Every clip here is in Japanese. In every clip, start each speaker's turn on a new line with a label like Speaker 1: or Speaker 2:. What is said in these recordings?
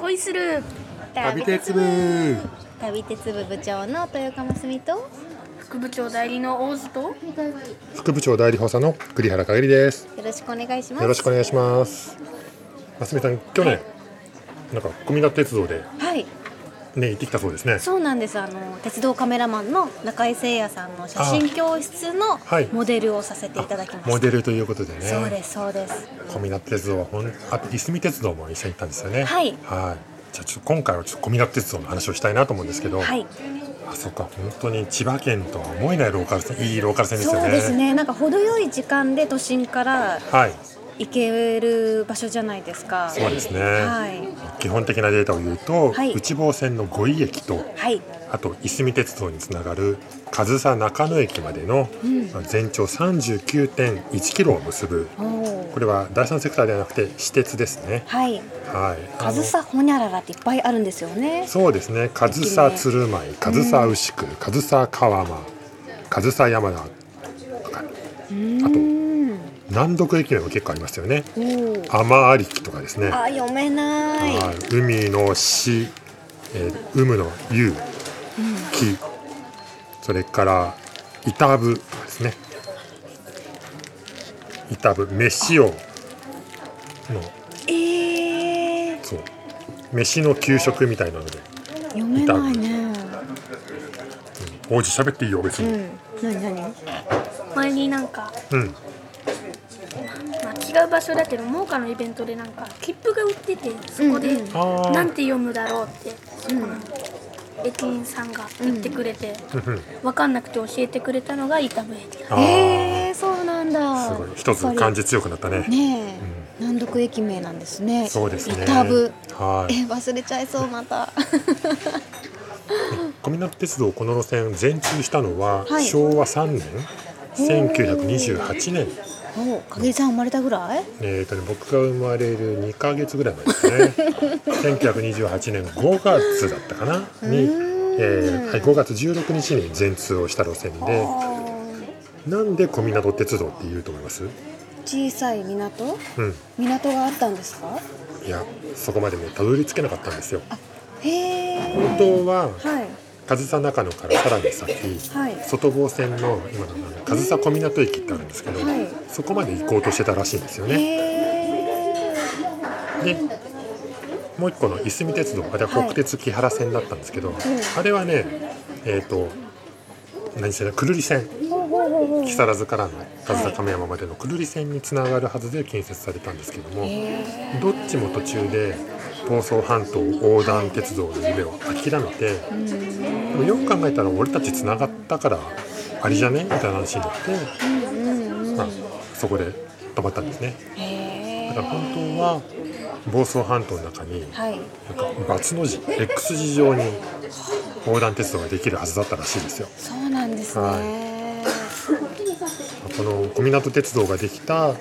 Speaker 1: 恋する
Speaker 2: 旅鉄部
Speaker 3: 旅鉄部部長の豊川真澄と
Speaker 1: 副部長代理の大津と
Speaker 2: 副部長代理補佐の栗原かげりです
Speaker 3: よろしくお願いします
Speaker 2: よろしくお願いしますますみさん去年、なんか小湊鉄道で
Speaker 3: はい
Speaker 2: ね行ってきたそうですね
Speaker 3: そうなんですあの鉄道カメラマンの中井誠也さんの写真教室の
Speaker 2: はい
Speaker 3: モデルをさせていただきました、
Speaker 2: モデルということでね
Speaker 3: そうですそうです
Speaker 2: 小湊鉄道はほんあといすみ鉄道も一緒に行ったんですよね
Speaker 3: はい
Speaker 2: いじゃあちょっと今回はちょっと小湊鉄道の話をしたいなと思うんですけど、
Speaker 3: はい
Speaker 2: あそっか本当に千葉県とは思えないローカル線いいローカル線ですよね
Speaker 3: そうですねなんか程よい時間で都心から
Speaker 2: はい
Speaker 3: 行ける場所じゃないですか
Speaker 2: そうですね、
Speaker 3: はい
Speaker 2: 基本的なデータを言うと、
Speaker 3: はい
Speaker 2: 内房線の五井駅と
Speaker 3: はい
Speaker 2: あといすみ鉄道につながる上総中野駅までの全長39.1キロを結ぶ、
Speaker 3: おお
Speaker 2: これは第三セクターではなくて私鉄ですね。
Speaker 3: はい
Speaker 2: はい。あの
Speaker 3: 上総ほにゃららっていっぱいあるんですよね
Speaker 2: そうですね。上総鶴舞、上総牛久、上総川間、上総山田とか、あと
Speaker 3: うん
Speaker 2: 南徳駅名も結構ありますよね。
Speaker 3: おー
Speaker 2: 天ありきとかですね。
Speaker 3: あ読めない
Speaker 2: はい海の死、えー、有無の有、木、それから板部ですね。板部飯をの
Speaker 3: えー、
Speaker 2: そう飯の給食みたいなので、
Speaker 3: 読めないね
Speaker 2: 王子喋っていいよ別
Speaker 3: う
Speaker 2: に。
Speaker 3: ん何何
Speaker 1: 前になんか、
Speaker 2: うん。
Speaker 1: まあ、違う場所だけど農家のイベントでなんか切符が売っててそこで
Speaker 3: うんうん
Speaker 2: あー
Speaker 1: なんて読むだろうって、駅員さんが言ってくれて、
Speaker 2: うんうん
Speaker 1: わかんなくて教えてくれたのが板笛駅
Speaker 2: あ
Speaker 3: えー、そうなんだ
Speaker 2: あ、すごい一つ漢字強くなったね。
Speaker 3: ねえ、難読駅名なんですね
Speaker 2: そうですね。
Speaker 3: 板部
Speaker 2: は
Speaker 3: え
Speaker 2: い。
Speaker 3: 忘れちゃいそうまた
Speaker 2: 小湊鉄道この路線全通したのは、
Speaker 3: はい
Speaker 2: 昭和三年、1928年。
Speaker 3: お影井さん生まれたぐらい
Speaker 2: えーとね、僕が生まれる2ヶ月ぐらい前で すね1928年5月だったかなに、
Speaker 3: うーん
Speaker 2: えーはい、5月16日に全通をした路線でなんで小湊鉄道っていうと思います
Speaker 3: 小さい港
Speaker 2: うん
Speaker 3: 港があったんですか
Speaker 2: いやそこまでねたどり着けなかったんですよ
Speaker 3: へえ
Speaker 2: 本当は
Speaker 3: はい
Speaker 2: 上総中野からさらに先、
Speaker 3: はい
Speaker 2: 外房線の今のあの上総小湊駅ってあるんですけど、
Speaker 3: はい
Speaker 2: そこまで行こうとしてたらしいんですよね、
Speaker 3: へえ
Speaker 2: でもう一個のいすみ鉄道あれは
Speaker 3: はい
Speaker 2: 国鉄木原線だったんですけど、あれはねえっ、と何線だ久留里線
Speaker 3: ほうほうほうほう
Speaker 2: 木更津からの上総亀山までの久留里線につながるはずで建設されたんですけども、どっちも途中で房総半島横断鉄道の夢を諦めて、でもよく考えたら俺たちつながったからありじゃねみたいな話になって、まあ、そこで止まったんですね。
Speaker 3: へ
Speaker 2: だ
Speaker 3: え
Speaker 2: から本当は房総半島の中に
Speaker 3: はい
Speaker 2: なんか×の字 X 字上に横断鉄道ができるはずだったらしいですよ
Speaker 3: そうなんですね、
Speaker 2: この小湊鉄道ができた、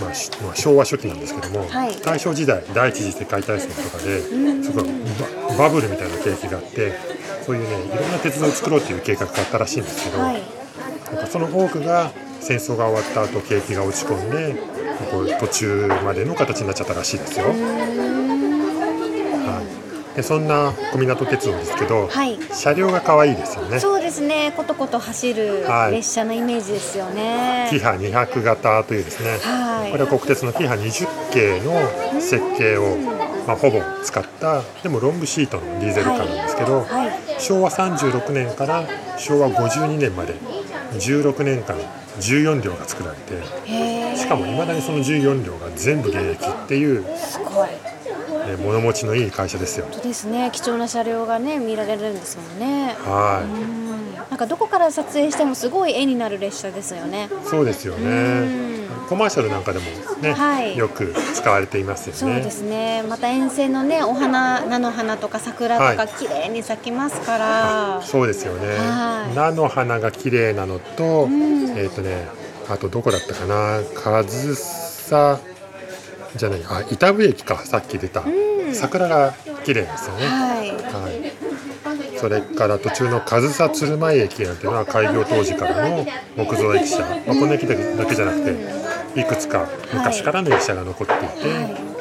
Speaker 2: まあしまあ昭和初期なんですけども、
Speaker 3: はい
Speaker 2: 大正時代第一次世界大戦とかですごいババブルみたいな景気があってそういうねいろんな鉄道を作ろうっていう計画があったらしいんですけど、
Speaker 3: はい
Speaker 2: なんかその多くが戦争が終わった後景気が落ち込んでこう途中までの形になっちゃったらしいですよ。はい、でそんな小湊鉄道ですけど、
Speaker 3: はい
Speaker 2: 車両が可愛いですよね。
Speaker 3: そうですねコトコト走る
Speaker 2: はい
Speaker 3: 列車のイメージですよね
Speaker 2: キハ200型というですね、
Speaker 3: はい
Speaker 2: これは国鉄のキハ20系の設計を、まあ、ほぼ使ったでもロングシートのディーゼルカーなんですけど、
Speaker 3: はいはい
Speaker 2: 昭和36年から昭和52年まで16年間14両が作られて
Speaker 3: へえ
Speaker 2: しかもいまだにその14両が全部現役っていう、
Speaker 3: すごい
Speaker 2: えー物持ちのいい会社ですよ。
Speaker 3: 本当ですね貴重な車両がね見られるんですもんね
Speaker 2: はい、
Speaker 3: なんかどこから撮影してもすごい絵になる列車ですよね
Speaker 2: そうですよね
Speaker 3: ん。
Speaker 2: コマーシャルなんかでもね、
Speaker 3: はい
Speaker 2: よく使われています
Speaker 3: そ
Speaker 2: よ
Speaker 3: う
Speaker 2: ね。
Speaker 3: ですねまた沿線のねお花菜の花とか桜と
Speaker 2: は
Speaker 3: か
Speaker 2: い
Speaker 3: 綺麗に咲きますから、
Speaker 2: そうですよね
Speaker 3: はい。
Speaker 2: 菜の花が綺麗なのと、えっ、とね、あとどこだったかな、上総じゃない、あ、板部駅か、さっき出た、桜が綺麗ですよね。
Speaker 3: はい
Speaker 2: はい、それから途中の上総鶴舞駅なんていうのは開業当時からの木造駅舎、まあ、この駅だけだけじゃなくていくつか昔からの駅舎が残っていて、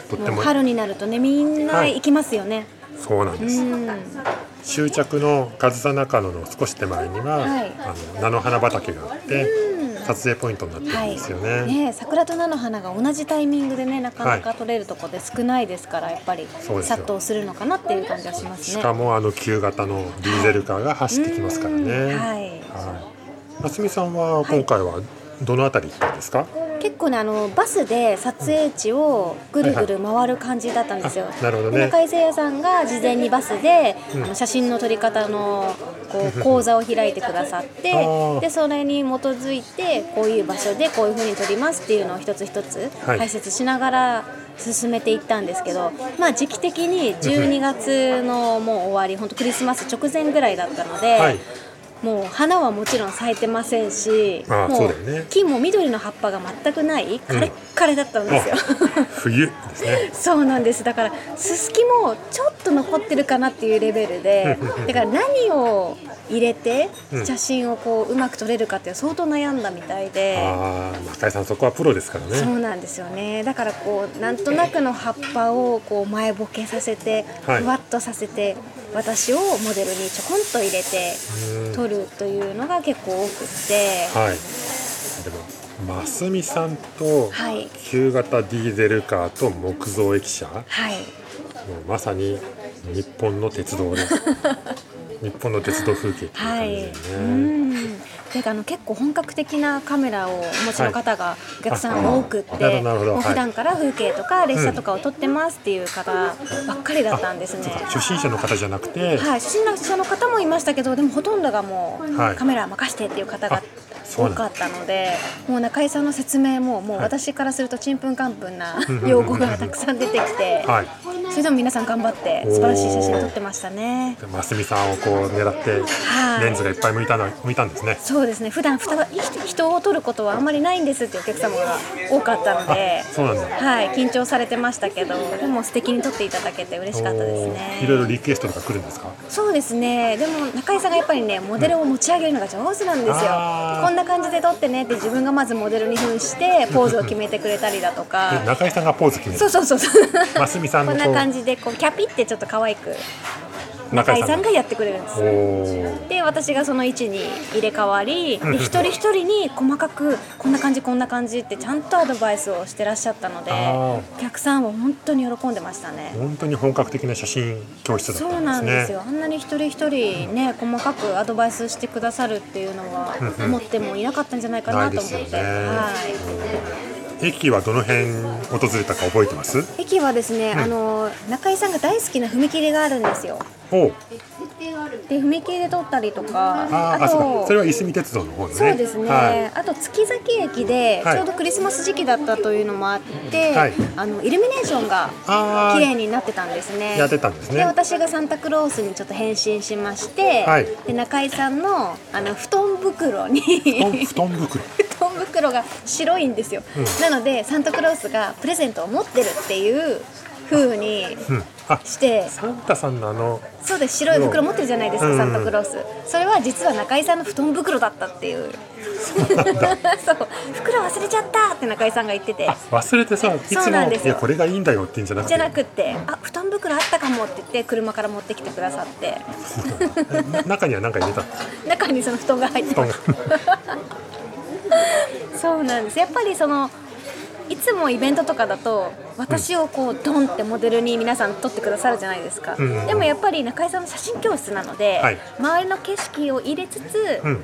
Speaker 2: とっ
Speaker 3: も
Speaker 2: て
Speaker 3: う
Speaker 2: も
Speaker 3: 春になるとねみんな
Speaker 2: はい
Speaker 3: 行きますよね、
Speaker 2: そうなんです、
Speaker 3: うん
Speaker 2: 終着の上総中野の少し手前には、
Speaker 3: はい
Speaker 2: あの菜の花畑があって、撮影ポイントになってるんですよね。
Speaker 3: ねえ桜と菜の花が同じタイミングでねなかな
Speaker 2: は
Speaker 3: か
Speaker 2: い
Speaker 3: 取れるとこで少ないですからやっぱり
Speaker 2: そうですよ
Speaker 3: 殺到するのかなっていう感じはします
Speaker 2: し
Speaker 3: ね。
Speaker 2: かもあの旧型のディーゼルカーが走ってきますからね。
Speaker 3: うんはい
Speaker 2: い夏美さんは今回はどのあたり行ったんですか？
Speaker 3: 結構ねあのバスで撮影地をぐるぐる回る感じだったんですよ。
Speaker 2: あなるほどね
Speaker 3: で中井誠也さんが事前にバスで、
Speaker 2: うん
Speaker 3: あの写真の撮り方のこう講座を開いてくださっ
Speaker 2: あ
Speaker 3: て
Speaker 2: ー
Speaker 3: でそれに基づいてこういう場所でこういう風に撮りますっていうのを一つ一つ
Speaker 2: はい
Speaker 3: 解説しながら進めていったんですけど、まあ時期的に12月のもう終わり本当クリスマス直前ぐらいだったので。
Speaker 2: はい
Speaker 3: もう花はもちろん咲いてませんし、
Speaker 2: あー
Speaker 3: も
Speaker 2: そうだよね
Speaker 3: 木も緑の葉っぱが全くないカレッカレだったんですよ。
Speaker 2: あ冬ですね。
Speaker 3: そうなんですだからすすきもちょっと残ってるかなっていうレベルで
Speaker 2: うんうんうん
Speaker 3: だから何を入れて
Speaker 2: うん
Speaker 3: 写真をこううまく撮れるかって相当悩んだみたいで。
Speaker 2: ああ中井さんそこはプロですから
Speaker 3: そ
Speaker 2: ね。
Speaker 3: うなんですよねだからこうなんとなくの葉っぱをこう前ボケさせて
Speaker 2: はい
Speaker 3: ふわっとさせて私をモデルにちょこんと入れて
Speaker 2: うん
Speaker 3: 撮るというのが結構多くって、
Speaker 2: はい。でもますみさんと
Speaker 3: はい
Speaker 2: 旧型ディーゼルカーと木造駅舎、も
Speaker 3: はい、
Speaker 2: うまさに日本の鉄 道で日本の鉄道風景って
Speaker 3: はい、
Speaker 2: いう感じだ
Speaker 3: う
Speaker 2: よね。
Speaker 3: ん。ていうかあの結構本格的なカメラをお持ちの方がお客さん
Speaker 2: あ
Speaker 3: が多くって、
Speaker 2: なるほどなるほど
Speaker 3: もう
Speaker 2: はい
Speaker 3: 普段から風景とか列車とかを撮ってますっていう方ばっかりだったんですね。
Speaker 2: 初心者の方じゃなくて、
Speaker 3: はい、初心者の方もいましたけどでもほとんどがもう、
Speaker 2: はい
Speaker 3: カメラ任してっていう方が
Speaker 2: あそう
Speaker 3: 多
Speaker 2: なんだ
Speaker 3: かったのでもう中井さんの説明ももう
Speaker 2: はい
Speaker 3: 私からするとちんぷんかんぷんな
Speaker 2: ん
Speaker 3: 用語がたくさん出てきて、
Speaker 2: はい。
Speaker 3: それでも皆さん頑張って素晴らしい写真を撮ってましたね。
Speaker 2: でますみさんをこう狙って
Speaker 3: はい
Speaker 2: レンズがいっぱい向いたの向いたんですね。
Speaker 3: そうですね普段ふた人を撮ることはあんまりないんですっていうお客様が多かったので
Speaker 2: あそうなんだ
Speaker 3: はい、緊張されてましたけどでも素敵に撮っていただけて嬉しかったですね
Speaker 2: おーいろいろリクエストとか来るんですか。
Speaker 3: そうですねでも中井さんがやっぱりねモデルを持ち上げるのが上手なんですよ、
Speaker 2: あー
Speaker 3: こんな感じで撮ってねって自分がまずモデルに扮してポーズを決めてくれたりだと
Speaker 2: で
Speaker 3: か
Speaker 2: 中井さんがポーズ決め
Speaker 3: そう
Speaker 2: る。
Speaker 3: そうそうそう
Speaker 2: ますみさん
Speaker 3: こ
Speaker 2: の
Speaker 3: ん
Speaker 2: こ
Speaker 3: な
Speaker 2: う
Speaker 3: 感じでこうキャピってちょっと可愛く中井さんがやってくれるんです
Speaker 2: おお。
Speaker 3: で私がその位置に入れ替わり
Speaker 2: んうん
Speaker 3: で一人一人に細かくこんな感じこんな感じってちゃんとアドバイスをしてらっしゃったので
Speaker 2: あー
Speaker 3: お客さんは本当に喜んでましたね。
Speaker 2: 本当に本格的な写真教室だったんです
Speaker 3: そう
Speaker 2: ね。
Speaker 3: なんですよあんなに一人一人ね細かくアドバイスしてくださるっていうのは
Speaker 2: うんうん
Speaker 3: 思ってもいなかったんじゃないか
Speaker 2: な
Speaker 3: ない
Speaker 2: で
Speaker 3: と思っ
Speaker 2: す
Speaker 3: て
Speaker 2: よね。
Speaker 3: はい
Speaker 2: うん駅はどの辺訪れたか覚えてます？
Speaker 3: 駅はですね、
Speaker 2: ん
Speaker 3: あの中井さんが大好きな踏切があるんですよ
Speaker 2: おう
Speaker 3: で踏切で撮ったりとか
Speaker 2: あーあ、
Speaker 3: と
Speaker 2: そうか。それはいすみ鉄道の方のね。
Speaker 3: そうですね、
Speaker 2: は
Speaker 3: あと月崎駅で
Speaker 2: はい
Speaker 3: ちょうどクリスマス時期だったというのもあって、
Speaker 2: はい
Speaker 3: あのイルミネーションが
Speaker 2: あー
Speaker 3: 綺麗になってたんですね
Speaker 2: やってたんですね
Speaker 3: で私がサンタクロースにちょっと変身しまして、
Speaker 2: はい
Speaker 3: で中井さんのあの布団袋に
Speaker 2: い。布団布団袋。
Speaker 3: 布団袋が白いんですよ、
Speaker 2: ん
Speaker 3: なのでサンタクロースがプレゼントを持ってるっていう風に
Speaker 2: うん。あ、
Speaker 3: して
Speaker 2: サンタさんのあの
Speaker 3: そうです白い袋持ってるじゃないですか、
Speaker 2: うん
Speaker 3: サンタクロースそれは実は中井さんの布団袋だったっていう そう袋忘れちゃったって中井さんが言ってて
Speaker 2: あ忘れてさいつ
Speaker 3: そう
Speaker 2: も
Speaker 3: なんです
Speaker 2: い
Speaker 3: よ
Speaker 2: やこれがいいんだよって言うんじゃなく
Speaker 3: じ
Speaker 2: て
Speaker 3: ゃなくってあ布団袋あったかもって言って車から持ってきてくださって
Speaker 2: な中には何か入れたの
Speaker 3: 中にその布団が入って
Speaker 2: 布団
Speaker 3: ま
Speaker 2: が
Speaker 3: すそうなんですやっぱりそのいつもイベントとかだと私をこうドンってモデルに皆さん撮ってくださるじゃないですか、
Speaker 2: うん
Speaker 3: でもやっぱり中井さんの写真教室なので、
Speaker 2: はい
Speaker 3: 周りの景色を入れつつ、
Speaker 2: うん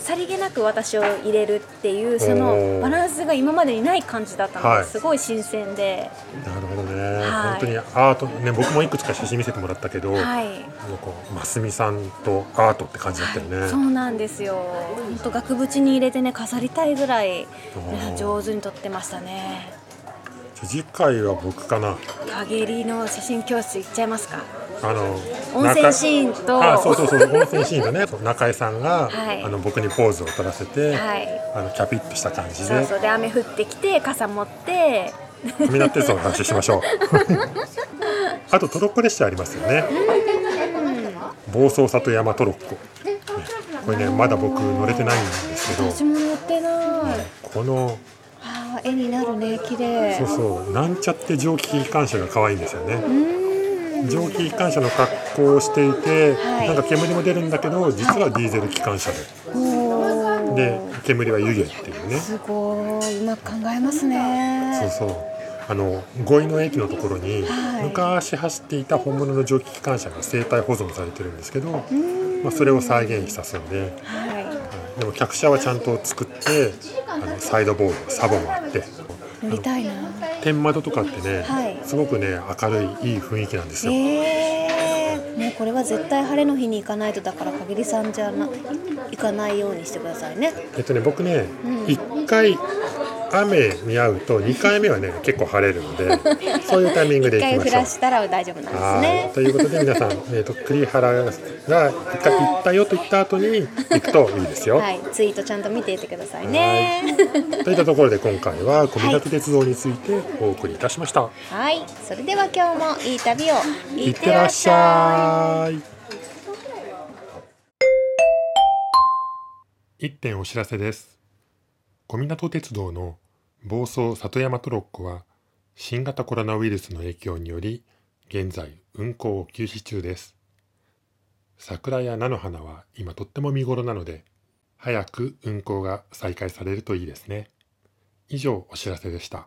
Speaker 3: さりげなく私を入れるっていうその
Speaker 2: おー
Speaker 3: バランスが今までにない感じだったので、
Speaker 2: はい
Speaker 3: すごい新鮮で、
Speaker 2: なるほどね、
Speaker 3: はい
Speaker 2: 本当にアートね僕もいくつか写真見せてもらったけど、
Speaker 3: はい
Speaker 2: もうこうますみさんとアートって感じだったよね、
Speaker 3: はいそうなんですよ本当額縁に入れてね飾りたいぐらい
Speaker 2: ー
Speaker 3: 皆さん上手に撮ってましたね
Speaker 2: じゃあ次回は僕かな
Speaker 3: 陰りの写真教室行っちゃいますか
Speaker 2: あの
Speaker 3: 温泉シーンと
Speaker 2: 中あ そうそうそう温泉シーンがねそう中井さんが、
Speaker 3: はい
Speaker 2: あの僕にポーズを取らせて、
Speaker 3: はい
Speaker 2: あのキャピッとした感じ
Speaker 3: そう
Speaker 2: で
Speaker 3: そうで雨降ってきて傘持って
Speaker 2: みんな鉄道の話しまし ょうあとトロッコ列車ありますよね暴走里山トロッコねこれねまだ僕乗れてないんですけど
Speaker 3: 私も乗ってない、
Speaker 2: この
Speaker 3: ああ絵になるね綺麗
Speaker 2: そうそうなんちゃって蒸気機関車が可愛いんですよね蒸気機関車の格好をしていて、
Speaker 3: はい
Speaker 2: なんか煙も出るんだけど実はディーゼル機関車で、
Speaker 3: おー
Speaker 2: で煙は湯気っていうね
Speaker 3: すごいうまく考えますね
Speaker 2: そうそうあの五井の駅のところに、
Speaker 3: はい
Speaker 2: 昔走っていた本物の蒸気機関車が生態保存されてるんですけど、まあ、それを再現したそうで、
Speaker 3: は
Speaker 2: でも客車はちゃんと作ってあのサイドボードサボもあって
Speaker 3: い乗りたいな
Speaker 2: 天窓とかってね、
Speaker 3: はい
Speaker 2: すごくね明るいいい雰囲気なんですよ。
Speaker 3: えー、ねこれは絶対晴れの日に行かないとだからかぎりさんじゃな行かないようにしてくださいね
Speaker 2: えっとね僕ね、一回雨に遭うと二回目はね結構晴れる のでそういうタイミングで
Speaker 3: 一
Speaker 2: 行
Speaker 3: 回降
Speaker 2: きましょう
Speaker 3: ら。したら大丈夫なんです
Speaker 2: はい
Speaker 3: ね
Speaker 2: ということで皆さん、えー、と栗原が一回行ったよと言った後に行くといいですよ。
Speaker 3: はいツイートちゃんと見ていてくださいね
Speaker 2: といったところで今回は小湊鉄道についてお送りいたしました。
Speaker 3: はい、それでは今日もいい旅を
Speaker 2: いってらっしゃい。一点お知らせです。小湊鉄道の房総里山トロッコは新型コロナウイルスの影響により現在運行を休止中です。桜や菜の花は今とっても見頃なので早く運行が再開されるといいですね。以上お知らせでした。